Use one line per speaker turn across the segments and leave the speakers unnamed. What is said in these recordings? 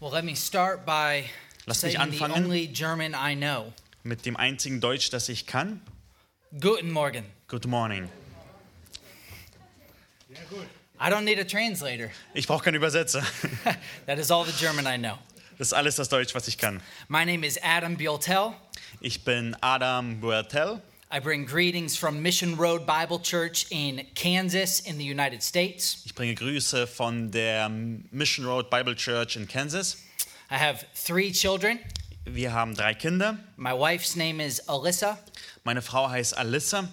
Well, let me start by
Lass mich
saying the
anfangen.
only German I know.
mit dem einzigen Deutsch, das ich kann.
Guten Morgen.
Good morning.
I don't need a translator.
Ich brauche keinen Übersetzer.
That is all the German I know.
Das ist alles das Deutsch, was ich kann.
My name is Adam Bieltel.
Ich bin Adam Buertel.
I bring greetings from Mission Road Bible Church in Kansas in the United States.
Ich bringe Grüße von der Mission Road Bible Church in Kansas.
I have three children.
Wir haben drei Kinder.
My wife's name is Alyssa,
Meine Frau heißt Alissa.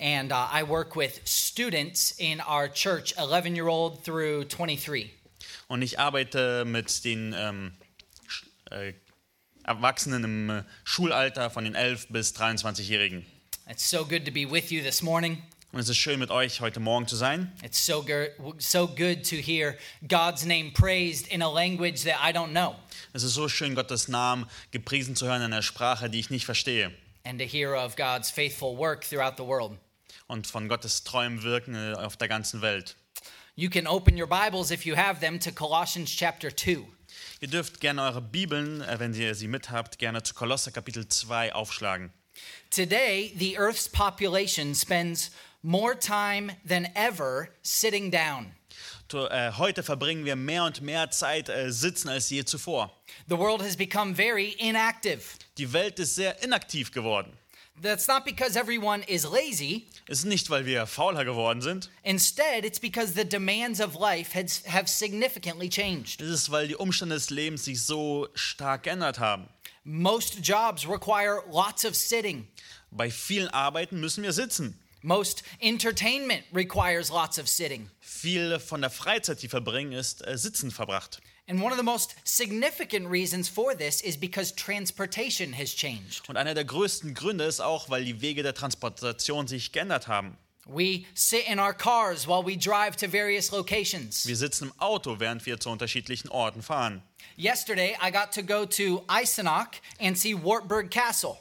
and uh, I work with students in our church, 11 year old through 23.
Und ich arbeite mit den ähm, Sch- äh, Erwachsenen im äh, Schulalter von den 11 bis 23-Jährigen.
It's so good to be with you this morning.
Und es ist schön, mit euch heute Morgen zu sein.
It's so good, so good to hear God's name praised in a language that I don't know,
Es ist so schön, Gottes Namen gepriesen zu hören in einer Sprache, die ich nicht verstehe.
and to hear of God's faithful work throughout the world.
Und von Gottes treuem Wirken äh, auf der ganzen Welt.
You can open your Bibles if you have them to Colossians chapter 2.
Ihr dürft gerne eure Bibeln, äh, wenn ihr sie mit habt, gerne zu Kolosser Kapitel 2 aufschlagen.
Today, the earth's population spends more time than ever sitting down.
To, äh, heute verbringen wir mehr und mehr Zeit äh, sitzen als je zuvor.
The world has become very inactive.
Die Welt ist sehr inaktiv geworden.
That's not because everyone is lazy.
Es ist nicht, weil wir fauler geworden sind.
Instead, it's because the demands of life has, have significantly changed.
Es ist, weil die Umstände des Lebens sich so stark geändert haben.
Most jobs require lots of sitting.
Bei vielen Arbeiten müssen wir sitzen.
Most entertainment requires lots of sitting.
Viel von der Freizeit, die wir verbringen, ist äh, Sitzen verbracht.
And one of the most significant reasons for this is because transportation has changed.
Und einer der größten Gründe ist auch, weil die Wege der Transportation sich geändert haben.
We sit in our cars while we drive to various locations.
Wir sitzen im Auto, während wir zu unterschiedlichen Orten fahren.
Yesterday, I got to go to Eisenach and see Wartburg Castle.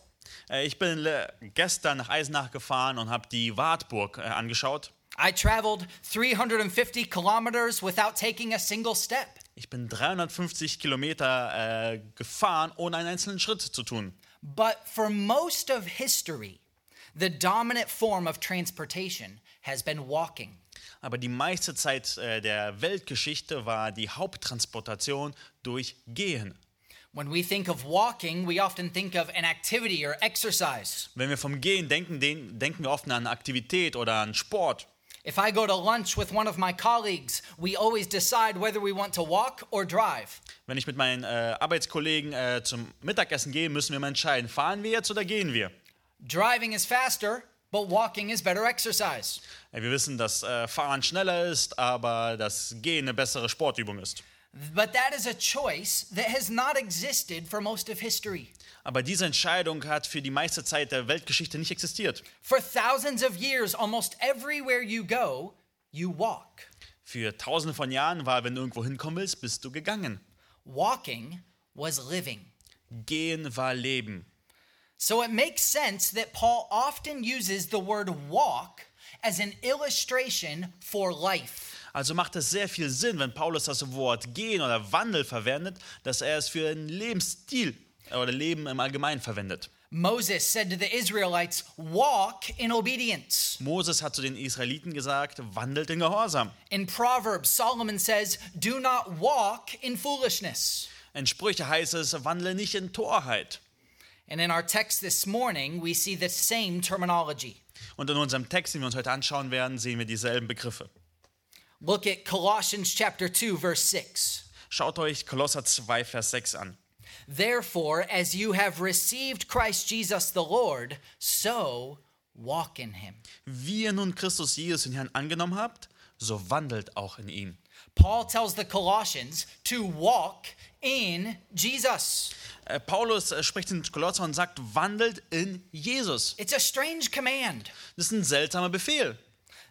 Äh, Ich bin le- gestern nach Eisenach gefahren und habe die Wartburg äh, angeschaut.
I traveled 350 kilometers without taking a single step.
Ich bin 350 Kilometer äh, gefahren, ohne einen einzelnen Schritt zu tun.
But for most of history, the dominant form of transportation has been walking.
Aber die meiste Zeit äh, der Weltgeschichte war die Haupttransportation durch Gehen.
When we think of walking, we often think of an activity or exercise.
Wenn wir vom Gehen denken, den, denken wir oft an eine Aktivität oder an Sport.
If I go to lunch with one of my colleagues, we always decide whether we want to walk or drive.
Wenn ich mit meinen äh, Arbeitskollegen äh, zum Mittagessen gehe, müssen wir mal entscheiden, fahren wir jetzt oder gehen wir?
Driving is faster, but walking is better exercise.
Äh, wir wissen, dass äh, Fahren schneller ist, aber das Gehen eine bessere Sportübung ist.
But that is a choice that has not existed for most of history.
Aber diese Entscheidung hat für die meiste Zeit der Weltgeschichte nicht existiert.
For thousands of years, almost everywhere you go, you walk.
Für tausende von Jahren war, wenn du irgendwo hinkommen willst, bist du gegangen.
Walking was living.
Gehen war Leben.
So it makes sense that Paul often uses the word walk as an illustration for life.
Also macht es sehr viel Sinn, wenn Paulus das Wort gehen oder Wandel verwendet, dass er es für einen Lebensstil äh, oder Leben im Allgemeinen verwendet.
Moses said to the Israelites, Walk in obedience.
Moses hat zu den Israeliten gesagt, wandelt in Gehorsam.
In Proverbs, Solomon says, Do not walk in foolishness.
In Sprüche heißt es, wandle nicht in Torheit.
And in our text this morning, we see the same terminology.
Und in unserem Text, den wir uns heute anschauen werden, sehen wir dieselben Begriffe.
Look at Colossians chapter 2 verse 6.
Schaut euch Kolosser 2, Vers 6 an.
Therefore, as you have received Christ Jesus the Lord, so walk in him.
Wie ihr nun Christus Jesus den Herrn angenommen habt, so wandelt auch in ihm.
Paul tells the Colossians to walk in Jesus.
Äh, Paulus äh, spricht in Kolosser und sagt, wandelt in Jesus.
It's a strange command.
Das ist ein seltsamer Befehl.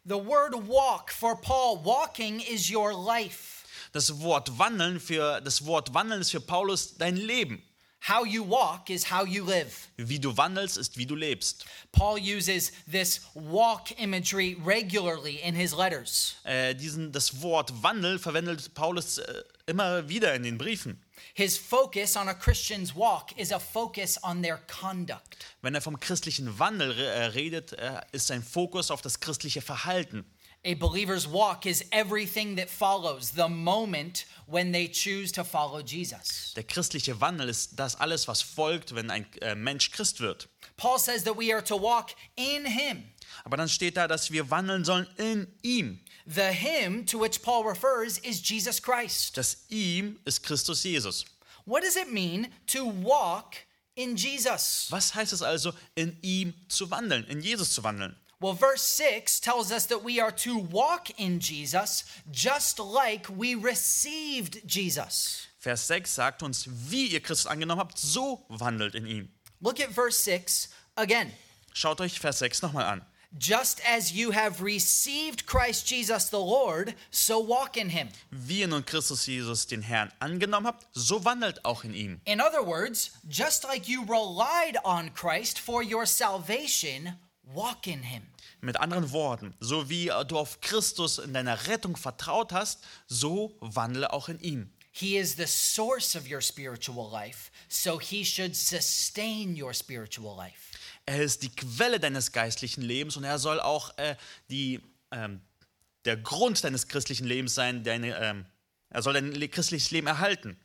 The word walk for Paul, walking is your life.
Das Wort wandeln für das Wort wandeln ist für Paulus dein Leben.
How you walk is how you live.
Wie du wandelst, ist wie du lebst.
Paul uses this walk imagery regularly in his letters.
Äh, diesen, das Wort Wandel verwendet Paulus äh, immer wieder in den Briefen.
His focus on a Christian's walk is a focus on their conduct.
Wenn er vom christlichen Wandel re äh, redet, äh, ist sein Fokus auf das christliche Verhalten.
A believer's walk is everything that follows the moment when they choose to follow Jesus.
Der christliche Wandel ist das alles, was folgt, wenn ein äh, Mensch Christ wird.
Paul says that we are to walk in him.
Aber dann steht da, dass wir wandeln sollen in ihm.
The him to which Paul refers is Jesus Christ.
Das ihm ist Christus Jesus.
What does it mean to walk in Jesus?
Was heißt es also, in ihm zu wandeln, in Jesus zu wandeln?
Well, verse 6 tells us that we are to walk in Jesus just like we received Jesus.
Vers 6 sagt uns, wie ihr Christus angenommen habt, so wandelt in ihm.
Look at verse 6 again.
Schaut euch Vers 6 nochmal an.
Just as you have received Christ Jesus the Lord, so walk in him.
Wie ihr nun Christus Jesus, den Herrn, angenommen habt, so wandelt auch in ihm.
In other words, just like you relied on Christ for your salvation, walk in him.
Mit anderen Worten, so wie äh, du auf Christus in deiner Rettung vertraut hast, so wandle auch in ihm.
He is the source of your spiritual life, so he should sustain your spiritual life.
Er ist die Quelle deines geistlichen Lebens und er soll auch äh, die, ähm, der Grund deines christlichen Lebens sein. Deine, ähm, er soll dein le- christliches Leben erhalten.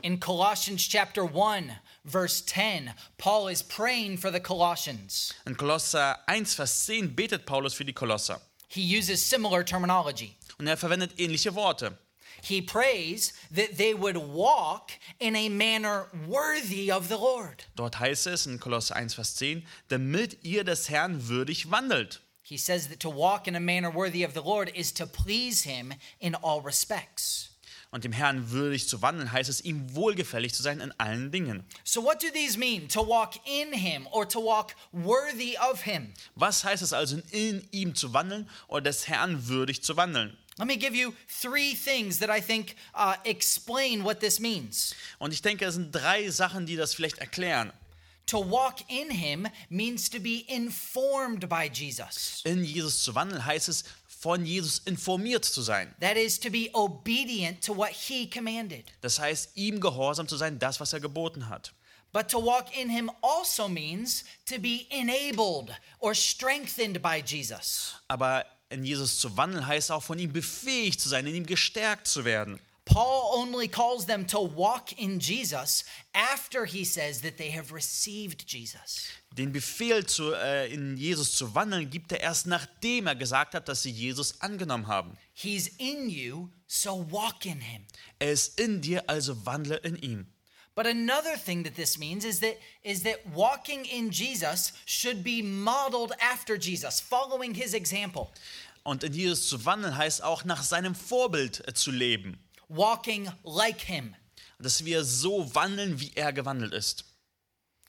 In Colossians chapter 1, verse 10, Paul is praying for the Colossians.
In Kolosser 1, Vers 10 betet Paulus für die Kolosser
He uses similar terminology.
und er verwendet ähnliche Worte.
He prays that they would walk in a manner worthy of the Lord.
Dort heißt es in Kolosser 1, Vers 10, damit ihr des Herrn würdig wandelt.
He says that to walk in a manner worthy of the Lord is to please him in all respects.
Und dem Herrn würdig zu wandeln heißt es, ihm wohlgefällig zu sein in allen Dingen.
So, what do these mean? To walk in him or to walk worthy of him?
Was heißt es also, in ihm zu wandeln oder des Herrn würdig zu wandeln?
Let me give you three things that I think uh, explain what this means.
Und ich denke, es sind drei Sachen, die das vielleicht erklären.
To walk in him means to be informed by Jesus,
In Jesus zu wandeln heißt es, von Jesus informiert zu sein.
that is, to be obedient to what he commanded.
Das heißt, ihm gehorsam zu sein, das, was er geboten hat.
But to walk in him also means to be enabled or strengthened by Jesus.
Aber in Jesus zu wandeln heißt auch, von ihm befähigt zu sein, in ihm gestärkt zu werden.
Paul only calls them to walk in Jesus after he says that they have received Jesus.
Den Befehl, zu, äh, in Jesus zu wandeln, gibt er erst nachdem er gesagt hat, dass sie Jesus angenommen haben.
He's in you, so walk in him.
Er ist in dir, also wandle in ihm.
But another thing that this means is that is that walking in Jesus should be modeled after Jesus, following his example.
Und in Jesus zu wandeln heißt auch, nach seinem Vorbild äh, zu leben.
Walking like him.
Dass wir so wandeln, wie er gewandelt ist.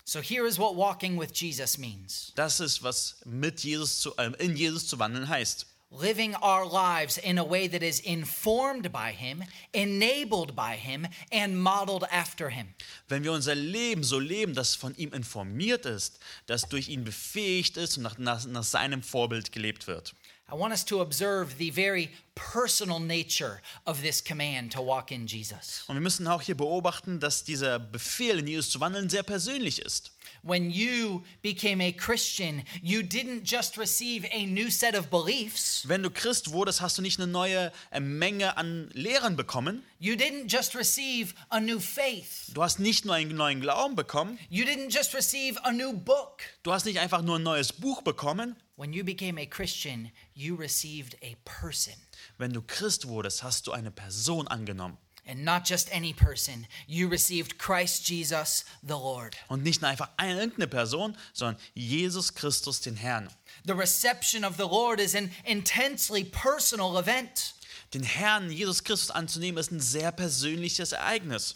So here is what walking with Jesus means.
Das ist, was mit Jesus zu, ähm, in Jesus zu wandeln heißt.
living our lives in a way that is informed by Him, enabled by Him, and modeled after Him.
Wenn wir unser Leben so leben, dass von ihm informiert ist, dass durch ihn befähigt ist und nach, nach, nach seinem Vorbild gelebt wird.
I want us to observe the very personal nature of this command to walk in Jesus.
Und wir müssen auch hier beobachten, dass dieser Befehl, in Jesus zu wandeln, sehr persönlich ist.
When you became a Christian, you didn't just receive a new set of beliefs,
Wenn du Christ wurdest, hast du nicht eine neue äh, Menge an Lehren bekommen.
you didn't just receive a new faith,
Du hast nicht nur einen neuen Glauben bekommen.
you didn't just receive a new book.
Du hast nicht einfach nur ein neues Buch bekommen.
When you became a Christian, you received a person.
Wenn du Christ wurdest, hast du eine Person angenommen.
And not just any person, you received Christ Jesus the Lord.
Und nicht nur einfach eine, irgendeine Person, sondern Jesus Christus, den Herrn.
The reception of the Lord is an intensely personal event.
Den Herrn Jesus Christus anzunehmen, ist ein sehr persönliches Ereignis.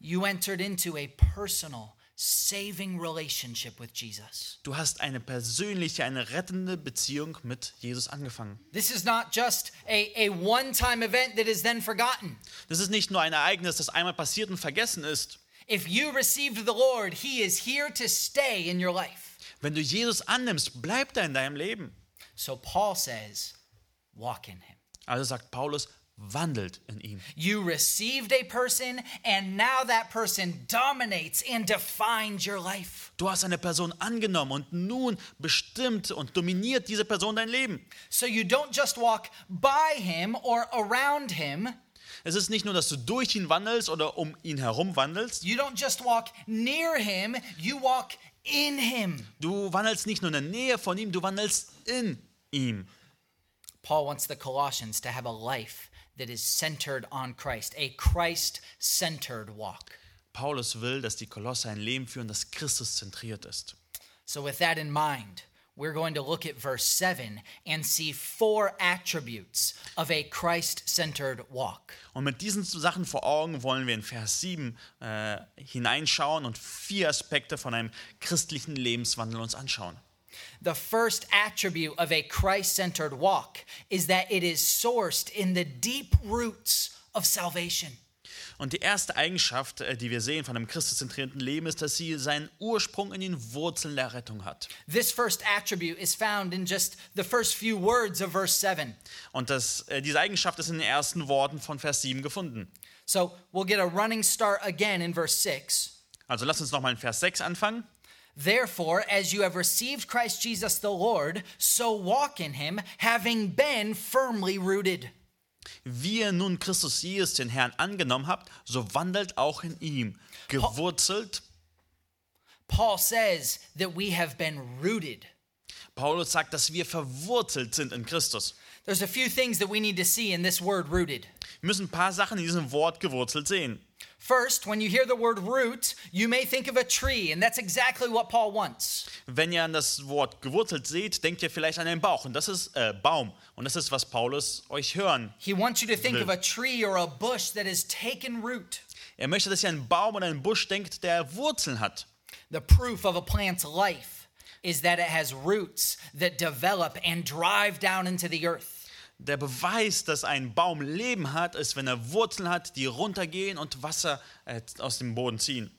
You entered into a personal, saving relationship with Jesus.
Du hast eine persönliche, eine rettende Beziehung mit Jesus angefangen.
This is not just a, a one time event that is then forgotten.
Das ist nicht nur ein Ereignis, das einmal passiert und vergessen ist.
If you received the Lord, He is here to stay in your life.
Wenn du Jesus annimmst, bleibt er in deinem Leben.
So Paul says, walk in Him.
Also sagt Paulus, wandelt in ihm.
You received a person, and now that person dominates and defines your life.
Du hast eine Person angenommen und nun bestimmt und dominiert diese Person dein Leben.
So you don't just walk by Him or around Him,
Es ist nicht nur, dass du durch ihn wandelst oder um ihn herum wandelst.
you don't just walk near Him, you walk in Him.
Du wandelst nicht nur in der Nähe von ihm, du wandelst in ihm.
Paul wants the Colossians to have a life that is centered on Christ, a Christ centered walk.
Paulus will, dass die Kolosser ein Leben führen, das Christus zentriert ist.
So, with that in mind, we're going to look at verse 7 and see four attributes of a Christ centered walk.
Und mit diesen Sachen vor Augen wollen wir in Vers 7 äh, hineinschauen und vier Aspekte von einem christlichen Lebenswandel uns anschauen.
The first attribute of a Christ centered walk is that it is sourced in the deep roots of salvation.
Und die erste Eigenschaft, äh, die wir sehen von einem christuszentrierten Leben, ist, dass sie seinen Ursprung in den Wurzeln der Rettung hat.
This first attribute is found in just the first few words of verse 7.
Und das, äh, diese Eigenschaft ist in den ersten Worten von Vers 7 gefunden.
So we'll get a running start again in verse 6.
Also lass uns nochmal in Vers 6 anfangen.
Therefore, as you have received Christ Jesus the Lord, so walk in him, having been firmly rooted.
Wie ihr nun Christus Jesus, den Herrn, angenommen habt, so wandelt auch in ihm, gewurzelt.
Paul says that we have been rooted.
Paulus sagt, dass wir verwurzelt sind in Christus.
There's a few things that we need to see in this word rooted.
Wir müssen ein paar Sachen in diesem Wort gewurzelt sehen.
First, when you hear the word root, you may think of a tree, and that's exactly what Paul wants.
Wenn ihr an das Wort gewurzelt seht, denkt ihr vielleicht an einen Bauch und das ist äh, Baum und das ist was Paulus euch hören.
He wants you to think of a tree or a bush that has taken root,
Er möchte, dass ihr an einen Baum oder einen Busch denkt, der Wurzeln hat.
The proof of a plant's life is that it has roots that develop and drive down into the earth.
Der Beweis, dass ein Baum Leben hat, ist, wenn er Wurzeln hat, die runtergehen und Wasser äh, aus dem Boden ziehen.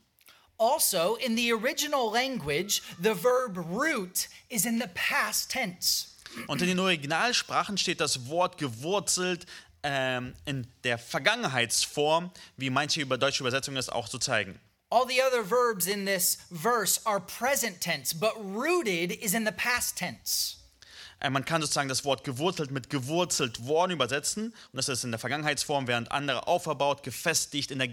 Also, in the original language, the verb root is in the past tense.
Und in den Originalsprachen steht das Wort gewurzelt ähm, in der Vergangenheitsform, wie manche über deutsche Übersetzungen es auch so zeigen.
All the other verbs in this verse are present tense, but rooted is in the past tense.
Äh, man kann sozusagen das Wort gewurzelt mit gewurzelt worden übersetzen und das ist in der Vergangenheitsform, während andere auferbaut, gefestigt in der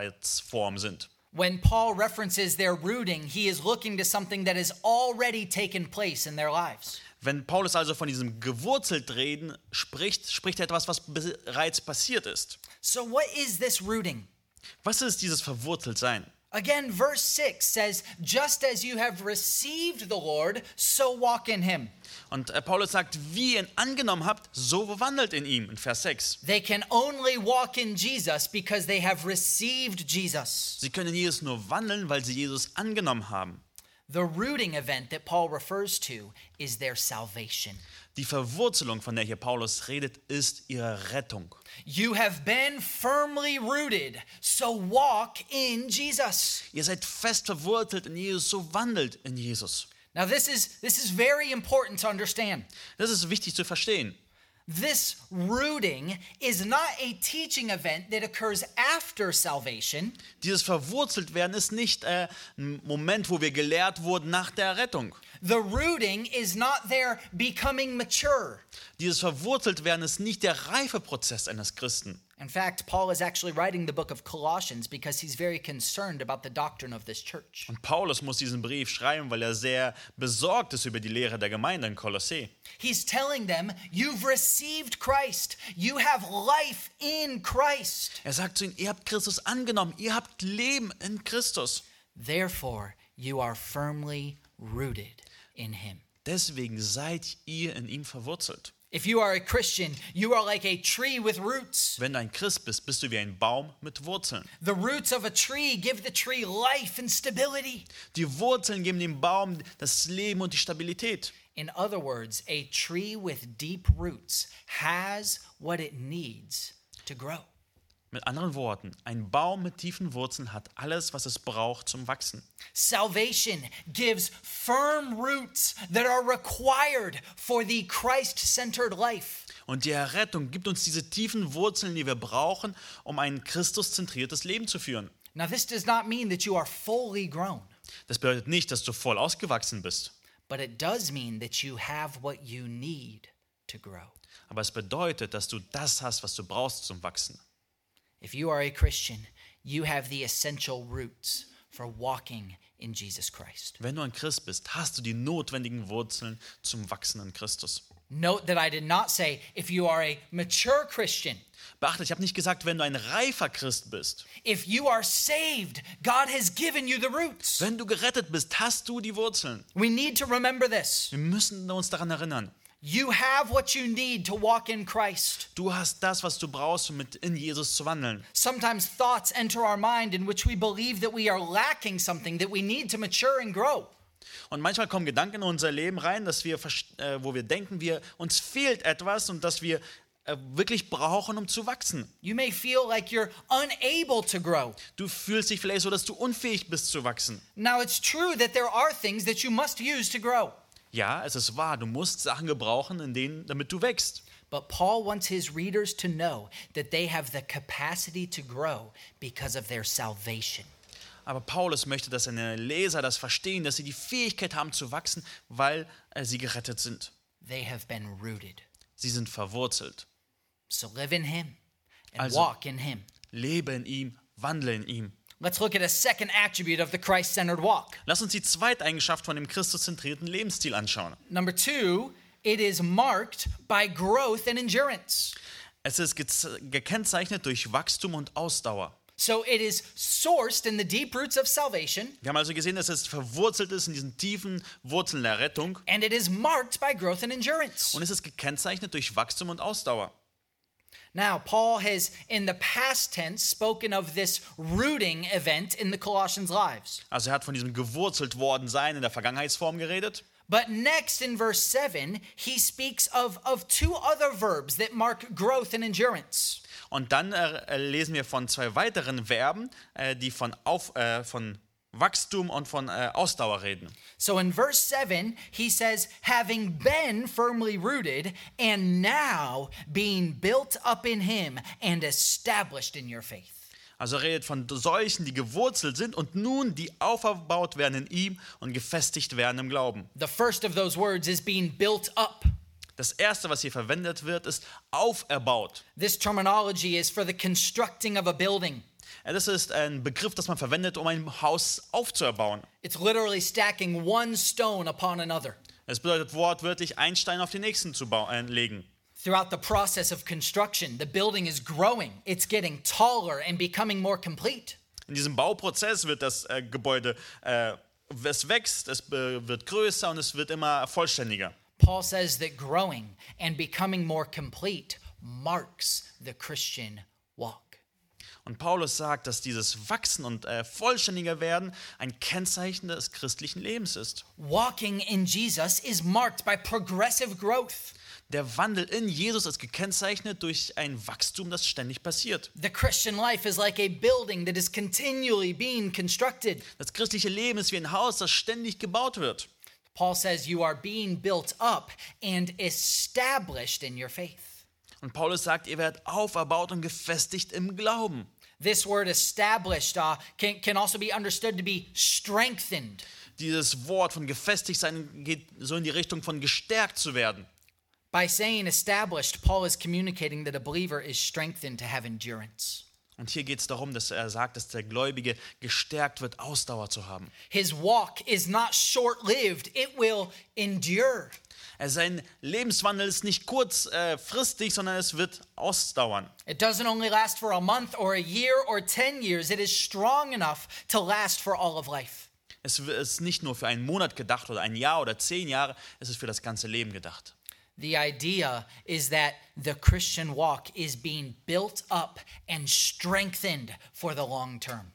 Gegenwartsform sind.
When Paul references their rooting, he is looking to something that has already taken place in their lives.
Wenn Paulus also von diesem gewurzelt reden spricht, spricht er etwas, was bereits passiert ist.
So, what is this rooting?
Was ist dieses verwurzelt sein?
Again, verse 6 says, Just as you have received the Lord, so walk in him.
Und äh, Paulus sagt, wie ihr ihn angenommen habt, so wandelt in ihm, in Vers 6.
They can only walk in Jesus because they have received Jesus.
Sie können in Jesus nur wandeln, weil sie Jesus angenommen haben.
The rooting event that Paul refers to is their salvation.
Die Verwurzelung, von der hier Paulus redet, ist ihre Rettung.
You have been firmly rooted, so walk in Jesus.
Ihr seid fest verwurzelt in Jesus, so wandelt in Jesus.
Now this is this is very important to understand.
Das ist wichtig zu verstehen.
This rooting is not a teaching event that occurs after salvation.
Dieses verwurzelt werden ist nicht äh, ein Moment, wo wir gelehrt wurden nach der Rettung.
The rooting is not their becoming mature.
Dieses verwurzelt werden ist nicht der Reifeprozess eines Christen.
In fact, Paul is actually writing the book of Colossians because he's very concerned about the doctrine of this church.
Und Paulus muss diesen Brief schreiben, weil er sehr besorgt ist über die Lehre der Gemeinde in Kolossee.
He's telling them, You've received Christ, you have life in Christ.
Er sagt zu ihnen, ihr habt Christus angenommen, ihr habt Leben in Christus.
Therefore, you are firmly rooted in Him.
Deswegen seid ihr in ihm verwurzelt.
If you are a Christian, you are like a tree with roots.
Wenn du ein Christ bist, bist du wie ein Baum mit Wurzeln.
The roots of a tree give the tree life and stability.
Die Wurzeln geben dem Baum das Leben und die Stabilität.
In other words, a tree with deep roots has what it needs to grow.
Mit anderen Worten, ein Baum mit tiefen Wurzeln hat alles, was es braucht zum Wachsen.
Salvation gives firm roots that are required for the Christ centered life.
Und die Errettung gibt uns diese tiefen Wurzeln, die wir brauchen, um ein christuszentriertes Leben zu führen.
Now, this does not mean that you are fully grown,
Das bedeutet nicht, dass du voll ausgewachsen bist,
but it does mean that you have what you need to grow.
aber es bedeutet, dass du das hast, was du brauchst zum Wachsen.
If you are a Christian, you have the essential roots for walking in Jesus Christ.
Wenn du ein Christ bist, hast du die notwendigen Wurzeln zum Wachsen in Christus.
Note that I did not say if you are a mature Christian.
Beachte, ich habe nicht gesagt, wenn du ein reifer Christ bist.
If you are saved, God has given you the roots.
Wenn du gerettet bist, hast du die Wurzeln.
We need to remember this.
Wir müssen uns daran erinnern.
You have what you need to walk in Christ.
Du hast das, was du brauchst, um mit in Jesus zu wandeln.
Sometimes thoughts enter our mind in which we believe that we are lacking something that we need to mature and grow.
Und manchmal kommen Gedanken in unser Leben rein, dass wir, verst- äh, wo wir denken, wir, uns fehlt etwas und dass wir äh, wirklich brauchen, um zu wachsen.
You may feel like you're unable to grow.
Du fühlst dich vielleicht so, dass du unfähig bist zu wachsen.
Now, it's true that there are things that you must use to grow.
Ja, es ist wahr, du musst Sachen gebrauchen, in denen, damit du wächst.
But Paul wants his readers to know that they have the capacity to grow because of their salvation.
Aber Paulus möchte, dass seine Leser das verstehen, dass sie die Fähigkeit haben zu wachsen, weil äh, sie gerettet sind.
They have been rooted.
Sie sind verwurzelt.
So live in him and
Also-
walk in him.
Lebe in ihm, wandle in ihm.
Let's look at a second attribute of the Christ centered walk.
Lass uns die zweite Eigenschaft von dem christuszentrierten Lebensstil anschauen.
Number two, it is marked by growth and endurance.
Es ist gez- gekennzeichnet durch Wachstum und Ausdauer.
So it is sourced in the deep roots of salvation
Wir haben also gesehen, dass es verwurzelt ist in diesen tiefen Wurzeln der Rettung
and it is marked by growth and endurance.
und es ist gekennzeichnet durch Wachstum und Ausdauer.
Now, Paul has in the past tense spoken of this rooting event in the Colossians' lives.
Also er hat von diesem gewurzelt worden sein in der Vergangenheitsform geredet.
But next in verse 7, he speaks of, of two other verbs that mark growth and endurance.
Und dann äh, äh, lesen wir von zwei weiteren Verben, äh, die von, Auf, äh, von Wachstum und von äh, Ausdauer reden.
So in verse 7, he says, having been firmly rooted and now being built up in him and established in your faith.
Also er redet von solchen, die gewurzelt sind und nun die aufgebaut werden in ihm und gefestigt werden im Glauben.
The first of those words is being built up.
Das erste, was hier verwendet wird, ist auferbaut.
This terminology is for the constructing of a building.
Äh, Das ist ein Begriff, das man verwendet, um ein Haus aufzuerbauen.
It's literally stacking one stone upon another.
Es bedeutet wortwörtlich, einen Stein auf den nächsten zu bau- äh, legen.
Throughout the process of construction, the building is growing, it's getting taller and becoming more complete.
In diesem Bauprozess wird das äh, Gebäude, äh, es wächst, es äh, wird größer und es wird immer vollständiger.
Paul says that growing and becoming more complete marks the Christian walk.
Und Paulus sagt, dass dieses Wachsen und äh, vollständiger werden ein Kennzeichen des christlichen Lebens ist.
Walking in Jesus is marked by progressive growth.
Der Wandel in Jesus ist gekennzeichnet durch ein Wachstum, das ständig passiert.
The Christian life is like a building that is continually being constructed.
Das christliche Leben ist wie ein Haus, das ständig gebaut wird.
Paul says you are being built up and established in your faith.
Und Paulus sagt, ihr werdet auferbaut und gefestigt im Glauben.
This word established uh, can, can also be understood to be strengthened.
Dieses Wort von gefestigt sein geht so in die Richtung von gestärkt zu werden.
By saying established, Paul is communicating that a believer is strengthened to have endurance.
Und hier geht es darum, dass er sagt, dass der Gläubige gestärkt wird, Ausdauer zu haben.
His walk is not short lived, it will endure.
Er- Also Sein Lebenswandel ist nicht kurzfristig, sondern es wird ausdauern.
It doesn't only last for a month or a year or 10 years, it is strong enough to last for all of life.
Es w- ist nicht nur für einen Monat gedacht oder ein Jahr oder zehn Jahre, es ist für das ganze Leben gedacht.
The idea is that the Christian walk is being built up and strengthened for the long term.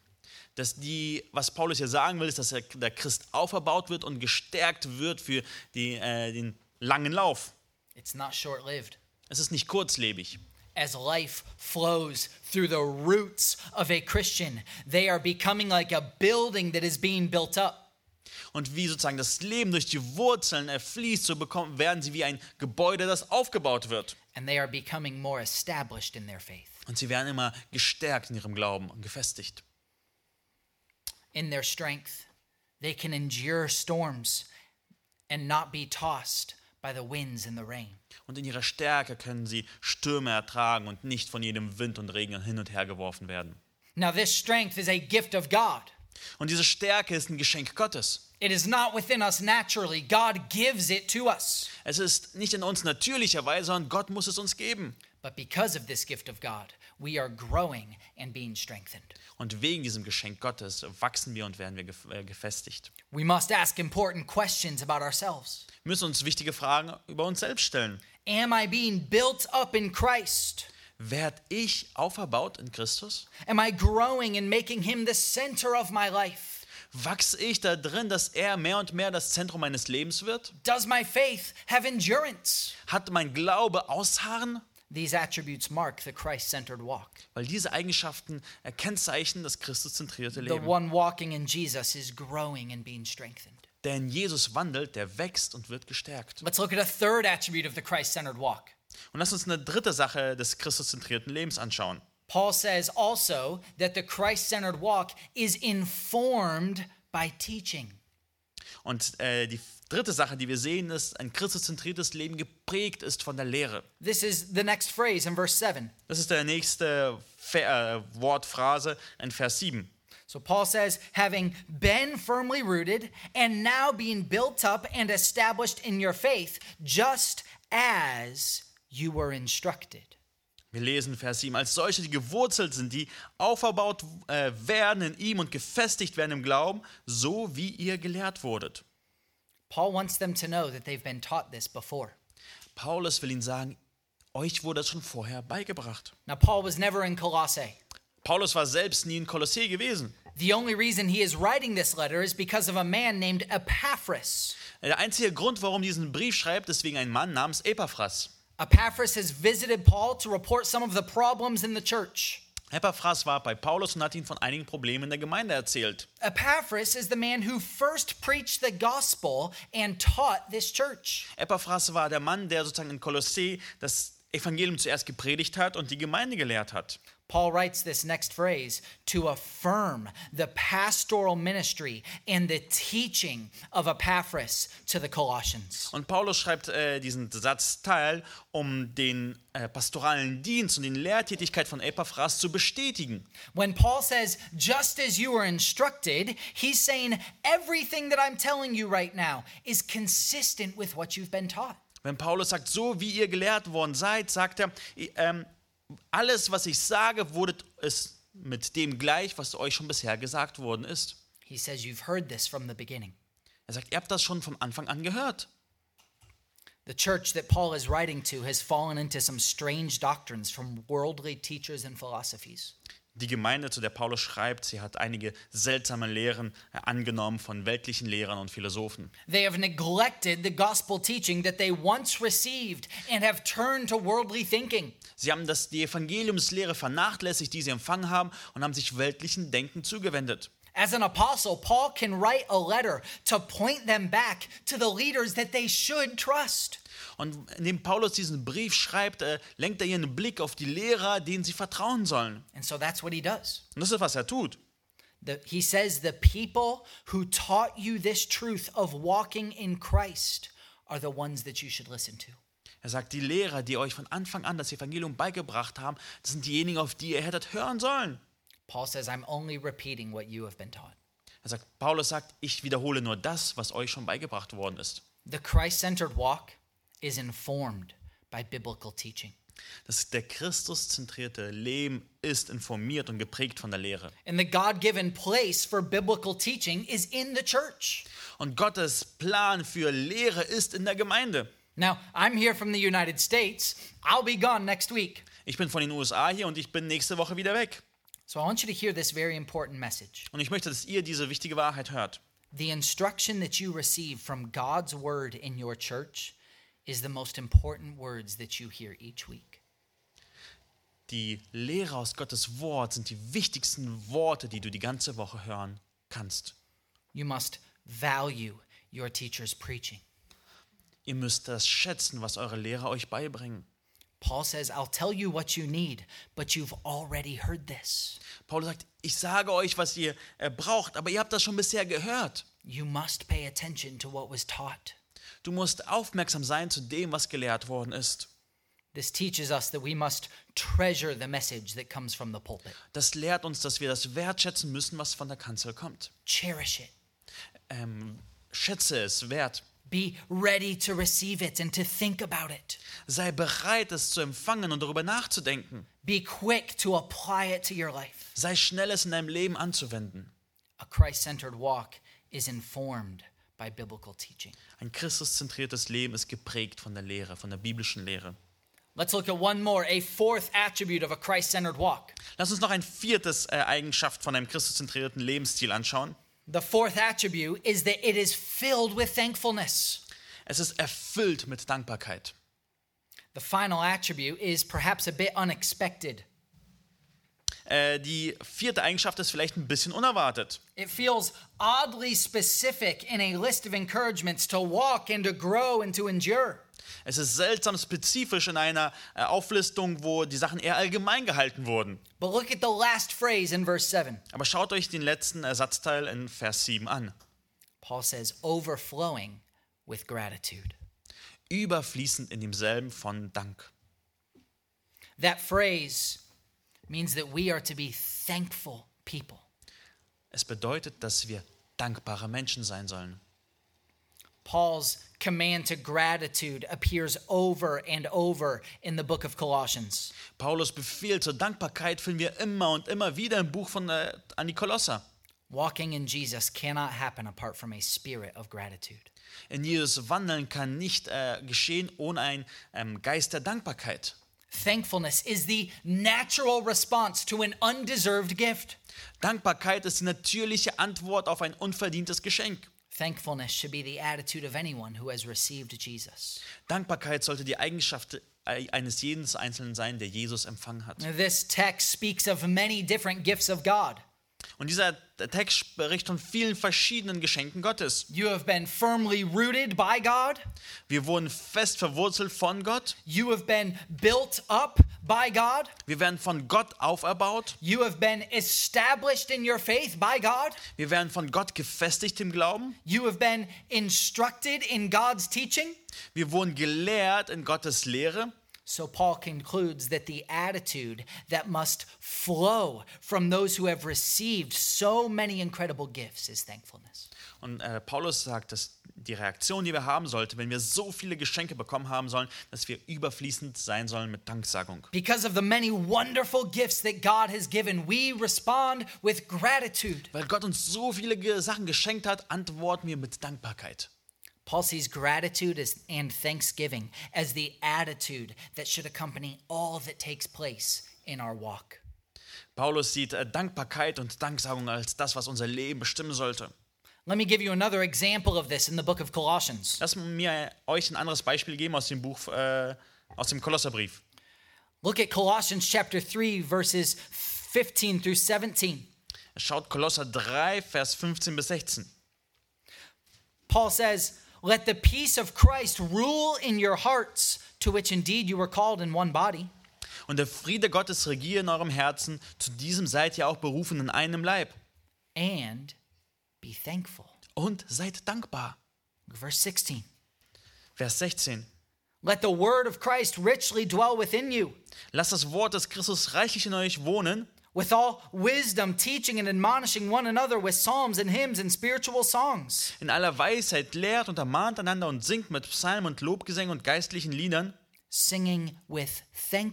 Dass die, was Paulus hier sagen will, ist, dass der- der Christ auferbaut wird und gestärkt wird für die, äh, den langen Lauf.
It's not short lived.
Es ist nicht kurzlebig.
as life flows through the roots of a Christian. They are becoming like a building that is being built up.
Und wie sozusagen das Leben durch die Wurzeln äh, fließt, so bekommen, werden sie wie ein Gebäude, das aufgebaut wird.
and they are becoming more established in their faith,
Und sie werden immer gestärkt in ihrem Glauben und gefestigt.
in their strength. They can endure storms and not be tossed by the winds and the rain.
Und in ihrer Stärke können sie Stürme ertragen und nicht von jedem Wind und Regen hin und her geworfen werden.
Now, this strength is a gift of God.
Und diese Stärke ist ein Geschenk Gottes.
It is not within us naturally. God gives it to us.
Es ist nicht in uns natürlicherweise, sondern Gott muss es uns geben.
But because of this gift of God, we are growing and being strengthened.
Und wegen diesem Geschenk Gottes wachsen wir und werden wir gef äh, gefestigt.
We must ask important questions about ourselves.
Wir müssen uns wichtige Fragen über uns selbst stellen.
Am I being built up in Christ?
Werd ich auferbaut in Christus?
Am I growing and making Him the center of my life?
Wachse ich da drin, dass er mehr und mehr das Zentrum meines Lebens wird?
Does my faith have endurance?
Hat mein Glaube Ausharren?
These attributes mark the Christ centered walk.
Weil diese Eigenschaften äh, kennzeichnen das Christuszentrierte
The
Leben.
one walking in Jesus is growing and being strengthened.
Denn Jesus wandelt, der wächst und wird gestärkt.
Let's look at a third attribute of the Christ centered walk.
Und lass uns eine dritte Sache des christuszentrierten Lebens anschauen.
Paul says also that the Christ centered walk is informed by teaching.
Und äh, die dritte Sache, die wir sehen, ist, ein christuszentriertes Leben geprägt ist von der Lehre.
This is the next phrase in verse 7.
Das ist der nächste Fe äh, Wortphrase in Vers 7.
So Paul says, having been firmly rooted and now being built up and established in your faith, just as you were instructed.
Wir lesen Vers 7. Als solche, die gewurzelt sind, die auferbaut äh, werden in ihm und gefestigt werden im Glauben, so wie ihr gelehrt wurdet.
Paul wants them to know that they've been taught this before.
Paulus will ihnen sagen, euch wurde das schon vorher beigebracht.
Now, Paul was never in Colossae.
Paulus war selbst nie in Kolossee gewesen.
The only reason he is writing this letter is because of a man named Epaphras.
Der einzige Grund, warum er diesen Brief schreibt, ist wegen einem Mann namens Epaphras.
Epaphras has visited Paul to report some of the problems in the church.
Epaphras war bei Paulus und hat ihm von einigen Problemen in der Gemeinde erzählt.
Epaphras is the man who first preached the gospel and taught this church.
Epaphras war der Mann, der sozusagen in Kolossee das Evangelium zuerst gepredigt hat und die Gemeinde gelehrt hat.
Paul writes this next phrase to affirm the pastoral ministry and the teaching of Epaphras to the Colossians.
Und Paulus schreibt äh, diesen Satzteil, um den äh, pastoralen Dienst und die Lehrtätigkeit von Epaphras zu bestätigen.
When Paul says, just as you were instructed, he's saying, everything that I'm telling you right now is consistent with what you've been taught.
Wenn Paulus sagt, so wie ihr gelehrt worden seid, sagt er, i- ähm, alles, was ich sage, wurde es mit dem gleich, was euch schon bisher gesagt worden ist.
He says, you've heard this from the beginning.
Er sagt, ihr habt das schon vom Anfang an gehört.
The church that Paul is writing to has fallen into some strange doctrines from worldly teachers and philosophies.
Die Gemeinde, zu der Paulus schreibt, sie hat einige seltsame Lehren äh, angenommen von weltlichen Lehrern und Philosophen.
They have neglected the gospel teaching that they once received and have turned to worldly thinking.
Sie haben das, die Evangeliumslehre vernachlässigt, die sie empfangen haben, und haben sich weltlichen Denken zugewendet.
As an apostle, Paul can write a letter to point them back to the leaders that they should trust.
Und indem Paulus diesen Brief schreibt, äh, lenkt er ihren Blick auf die Lehrer, denen sie vertrauen sollen.
And so that's what he does.
Und das ist, was er tut.
The- he says, The people who taught you this truth of walking in Christ are the ones that you should listen to.
Er sagt, die Lehrer, die euch von Anfang an das Evangelium beigebracht haben, das sind diejenigen, auf die ihr hättet hören sollen.
Paul says, I'm only repeating what you have been taught.
Er sagt, Paulus sagt, ich wiederhole nur das, was euch schon beigebracht worden ist.
The Christ centered walk is informed by biblical teaching.
Das der Christuszentrierte Leben ist informiert und geprägt von der Lehre.
And the God given place for biblical teaching is in the church.
Und Gottes Plan für Lehre ist in der Gemeinde.
Now, I'm here from the United States. I'll be gone next week.
Ich bin von den USA hier und ich bin nächste Woche wieder weg.
So I want you to hear this very important message.
Und ich möchte, dass ihr diese wichtige Wahrheit hört.
The instruction that you receive from God's word in your church is the most important words that you hear each week.
Die Lehre aus Gottes Wort sind die wichtigsten Worte, die du die ganze Woche hören kannst.
You must value your teacher's preaching.
Ihr müsst das schätzen, was eure Lehrer euch beibringen.
Paul says, I'll tell you what you need, but you've already heard this.
Paulus sagt, ich sage euch, was ihr äh, braucht, aber ihr habt das schon bisher gehört.
You must pay attention to what was taught.
Du musst aufmerksam sein zu dem, was gelehrt worden ist.
This teaches us that we must treasure the message that comes from the pulpit,
Das lehrt uns, dass wir das wertschätzen müssen, was von der Kanzel kommt.
cherish it,
Ähm, schätze es, wert.
be ready to receive it and to think about it,
Sei bereit, es zu empfangen und darüber nachzudenken.
be quick to apply it to your life.
Sei schnell, es in deinem Leben anzuwenden.
A Christ centered walk is informed by biblical teaching.
Ein christuszentriertes Leben ist geprägt von der Lehre, von der biblischen Lehre.
Let's look at one more, a fourth attribute of a Christ centered walk.
Lass uns noch ein viertes äh, Eigenschaft von einem christuszentrierten Lebensstil anschauen.
The fourth attribute is that it is filled with thankfulness.
Es ist erfüllt mit Dankbarkeit.
The final attribute is perhaps a bit unexpected.
Äh, die vierte Eigenschaft ist vielleicht ein bisschen unerwartet.
It feels oddly specific in a list of encouragements to walk and to grow and to endure.
Es ist seltsam spezifisch in einer äh, Auflistung, wo die Sachen eher allgemein gehalten wurden.
But look at the last phrase in verse 7.
Aber schaut euch den letzten Ersatzteil in Vers 7 an.
Paul says, overflowing with gratitude.
Überfließend in demselben von Dank.
That phrase means that we are to be thankful people.
Es bedeutet, dass wir dankbare Menschen sein sollen.
Paul's command to gratitude appears over and over in the book of Colossians.
Paulus Befehl zur Dankbarkeit finden wir immer und immer wieder im Buch von äh, an die Kolosser.
Walking in Jesus cannot happen apart from a spirit of gratitude.
In Jesus wandeln kann nicht äh, geschehen ohne einen ähm, Geist der Dankbarkeit.
Thankfulness is the natural response to an undeserved gift.
Dankbarkeit ist die natürliche Antwort auf ein unverdientes Geschenk.
Thankfulness should be the attitude of anyone who has received Jesus.
Dankbarkeit sollte die Eigenschaft ei- eines jeden Einzelnen sein, der Jesus empfangen hat.
This text speaks of many different gifts of God.
Und dieser Text spricht von vielen verschiedenen Geschenken Gottes.
You have been firmly rooted by God,
Wir wurden fest verwurzelt von Gott.
you have been built up by God,
Wir werden von Gott auferbaut.
you have been established in your faith by God,
Wir werden von Gott gefestigt im Glauben.
you have been instructed in God's teaching.
Wir wurden gelehrt in Gottes Lehre.
So Paul concludes that the attitude that must flow from those who have received so many incredible gifts is thankfulness.
Und äh, Paulus sagt, dass die Reaktion, die wir haben sollten, wenn wir so viele Geschenke bekommen haben sollen, dass wir überfließend sein sollen mit Danksagung.
Because of the many wonderful gifts that God has given, we respond with gratitude.
Weil Gott uns so viele Ge- Sachen geschenkt hat, antworten wir mit Dankbarkeit.
Paul sees gratitude as, and thanksgiving as the attitude that should accompany all that takes place in our walk.
Paulus sieht äh, Dankbarkeit und Danksagung als das, was unser Leben bestimmen sollte.
Let me give you another example of this in the book of Colossians.
Lass mir euch ein anderes Beispiel geben aus dem Buch, äh, aus dem Kolosserbrief.
Look at Colossians chapter 3 verses 15 through 17.
Schaut Kolosser 3, Vers 15 bis 16.
Paul says, "Let the peace of Christ rule in your hearts, to which indeed you were called in one body."
Und der Friede Gottes regiere in eurem Herzen, zu diesem seid ihr auch berufen in einem Leib.
and be thankful.
Und seid dankbar.
Verse 16.
Vers 16.
Let the word of Christ richly dwell within you,
Lasst das Wort des Christus reichlich in euch wohnen,
with all wisdom, teaching and admonishing one another with psalms and hymns and spiritual songs,
in aller Weisheit lehrt und ermahnt einander und singt mit Psalmen und Lobgesängen und geistlichen Liedern
singing with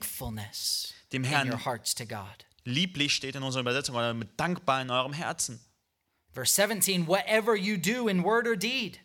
thankfulness
dem
in your
Herrn.
hearts to God.
Lieblich steht in unserer Übersetzung oder mit dankbar in eurem Herzen.
Verse 17. Whatever you do in word or deed,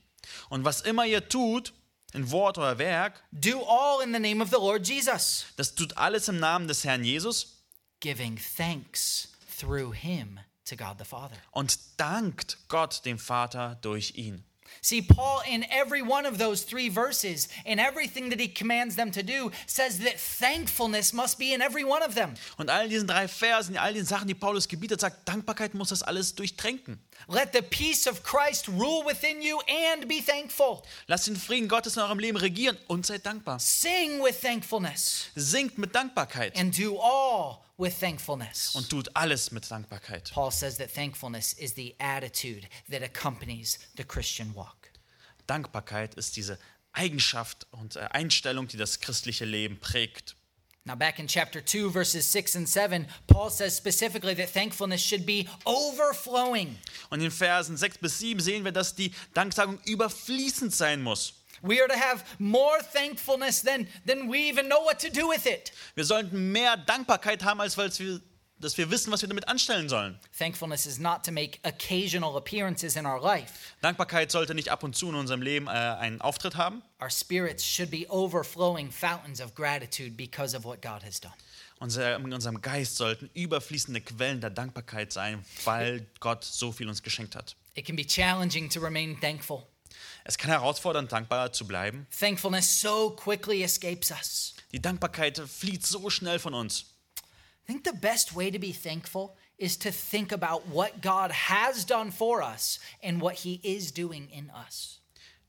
Und was immer ihr tut, in Wort oder Werk,
do all in the name of the Lord Jesus,
das tut alles im Namen des Herrn Jesus
giving thanks through him to God the Father.
und dankt Gott dem Vater durch ihn.
See, Paul, in every one of those three verses, in everything that he commands them to do, says that thankfulness must be in every one of them.
Und all diesen drei Versen, all den Sachen, die Paulus gebietet, sagt, Dankbarkeit muss das alles durchtränken.
Let the peace of Christ rule within you and be thankful.
Lasst den Frieden Gottes in eurem Leben regieren und seid dankbar.
Sing with thankfulness
Singt mit Dankbarkeit
and do all with thankfulness.
und tut alles mit Dankbarkeit.
Paul says that thankfulness is the attitude that accompanies the Christian walk.
Dankbarkeit ist diese Eigenschaft und äh, Einstellung, die das christliche Leben prägt.
Now, back in chapter 2, verses 6 and 7, Paul says specifically that thankfulness should be overflowing.
Und in Versen 6 bis 7 sehen wir, dass die Danksagung überfließend sein muss.
We are to have more thankfulness than, than we even know what to do with it.
Wir sollten mehr Dankbarkeit haben, als weil wir, dass wir wissen, was wir damit anstellen sollen.
Thankfulness is not to make occasional appearances in our life.
Dankbarkeit sollte nicht ab und zu in unserem Leben äh, einen Auftritt haben.
Our spirits should be overflowing fountains of gratitude because of what God has done.
Unser, in unserem Geist sollten überfließende Quellen der Dankbarkeit sein, weil Gott so viel uns geschenkt hat.
It can be challenging to remain thankful.
Es kann herausfordern, dankbar zu bleiben.
Thankfulness so quickly escapes us.
Die Dankbarkeit flieht so schnell von uns.
I think the best way to be thankful is to think about what God has done for us and what He is doing in us.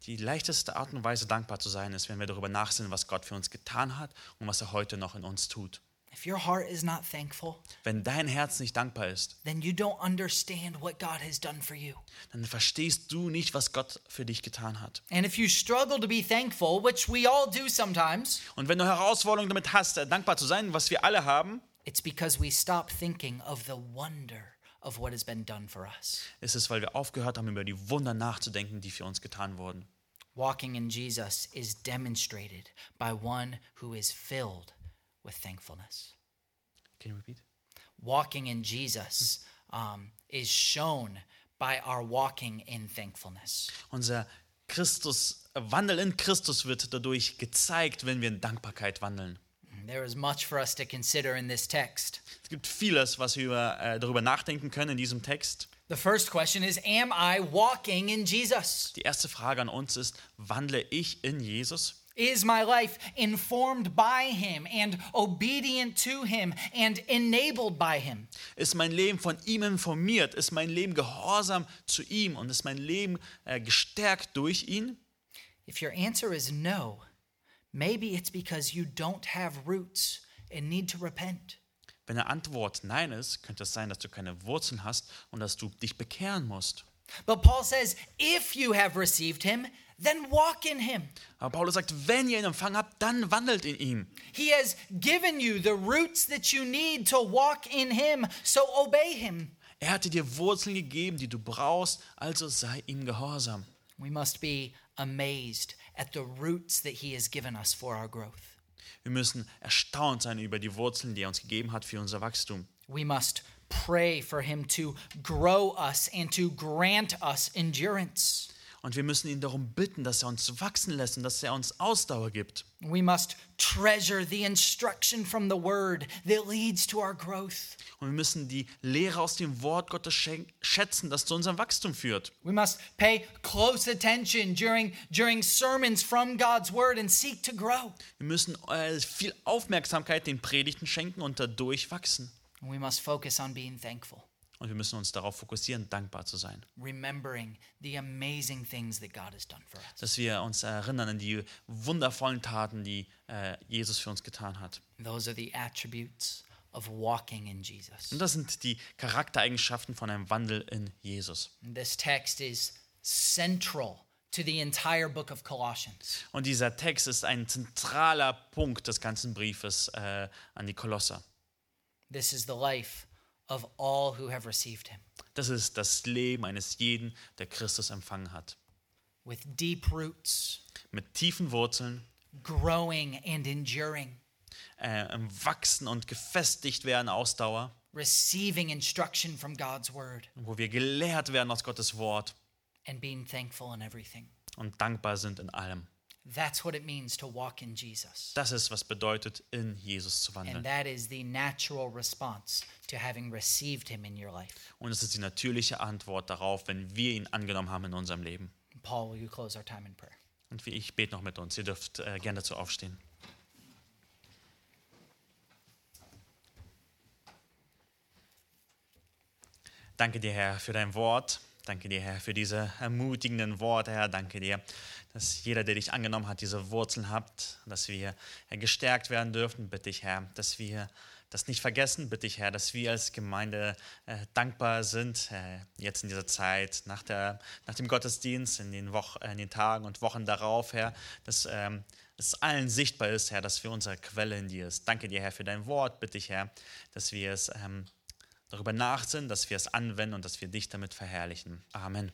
Die leichteste Art und Weise, dankbar zu sein, ist, wenn wir darüber nachsinnen, was Gott für uns getan hat und was er heute noch in uns tut.
If your heart is not thankful,
Wenn dein Herz nicht dankbar ist,
then you don't understand what God has done for you.
dann verstehst du nicht, was Gott für dich getan hat.
And if you struggle to be thankful, which we all do sometimes,
Und wenn du Herausforderungen damit hast, äh, dankbar zu sein, was wir alle haben,
it's because we stop thinking of the wonder of what has been done for us.
ist es, weil wir aufgehört haben, über die Wunder nachzudenken, die für uns getan wurden.
Walking in Jesus is demonstrated by one who is filled with thankfulness.
Can you repeat?
Walking in Jesus um, is shown by our walking in thankfulness.
Unser Christus, äh, Wandel in Christus wird dadurch gezeigt, wenn wir in Dankbarkeit wandeln.
There is much for us to consider in this text.
Es gibt vieles, was wir über, äh, darüber nachdenken können in diesem Text.
The first question is Am I walking in Jesus?
Die erste Frage an uns ist, wandle ich in Jesus?
Is my life informed by him and obedient to him and enabled by him?
Ist mein Leben von ihm informiert? Ist mein Leben gehorsam zu ihm? Und ist mein Leben äh, gestärkt durch ihn?
If your answer is no, maybe it's because you don't have roots and need to repent.
Wenn eine Antwort Nein ist, könnte es sein, dass du keine Wurzeln hast und dass du dich bekehren musst.
But Paul says, if you have received him, then walk in him.
Aber Paulus sagt, wenn ihr ihn empfangen habt, dann wandelt in ihm.
He has given you the roots that you need to walk in him, so obey him.
Er hatte dir Wurzeln gegeben, die du brauchst, also sei ihm gehorsam.
We must be amazed at the roots that he has given us for our growth.
Wir müssen erstaunt sein über die Wurzeln, die er uns gegeben hat für unser Wachstum.
We must pray for him to grow us and to grant us endurance.
Und wir müssen ihn darum bitten, dass er uns wachsen lässt und dass er uns Ausdauer gibt.
We must treasure the instruction from the word that leads to our growth.
Und wir müssen die Lehre aus dem Wort Gottes schen- schätzen, das zu unserem Wachstum führt.
We must pay close attention during, during sermons from God's word and seek to grow.
Wir müssen äh, viel Aufmerksamkeit den Predigten schenken und dadurch wachsen.
And we must focus on being thankful,
Und wir müssen uns darauf fokussieren, dankbar zu sein.
remembering the amazing things that God has done for us.
Dass wir uns erinnern an die wundervollen Taten, die äh, Jesus für uns getan hat.
Those are the attributes of walking in Jesus.
Und das sind die Charaktereigenschaften von einem Wandel in Jesus.
This text is central to the entire book of Colossians.
Und dieser Text ist ein zentraler Punkt des ganzen Briefes äh, an die Kolosser.
This is the life of all who have received him.
Das ist das Leben eines jeden, der Christus empfangen hat.
with deep roots,
Mit tiefen Wurzeln,
growing and enduring,
äh, im Wachsen und gefestigt werden, Ausdauer,
receiving instruction from God's word,
wo wir gelehrt werden aus Gottes Wort
and being thankful in everything.
und dankbar sind in allem.
That's what it means to walk in Jesus.
Das ist, was bedeutet, in Jesus zu
And
wandeln.
that is the natural response to having received him in your life.
Und es ist die natürliche Antwort darauf, wenn wir ihn angenommen haben in unserem Leben.
Paul, will you close our time in prayer?
Und wie ich bete noch mit uns. Ihr dürft äh, gern dazu aufstehen. Danke dir, Herr, für dein Wort. Danke dir, Herr, für diese ermutigenden Worte, Herr. Danke dir, dass jeder, der dich angenommen hat, diese Wurzeln hat, dass wir Herr, gestärkt werden dürfen. Bitte dich, Herr, dass wir das nicht vergessen. Bitte dich, Herr, dass wir als Gemeinde äh, dankbar sind, äh, jetzt in dieser Zeit, nach, der, nach dem Gottesdienst, in den, Woch in den Tagen und Wochen darauf, Herr, dass ähm, es allen sichtbar ist, Herr, dass wir unsere Quelle in dir ist. Danke dir, Herr, für dein Wort. Bitte dich, Herr, dass wir es ähm, darüber nachsinnen, dass wir es anwenden und dass wir dich damit verherrlichen. Amen.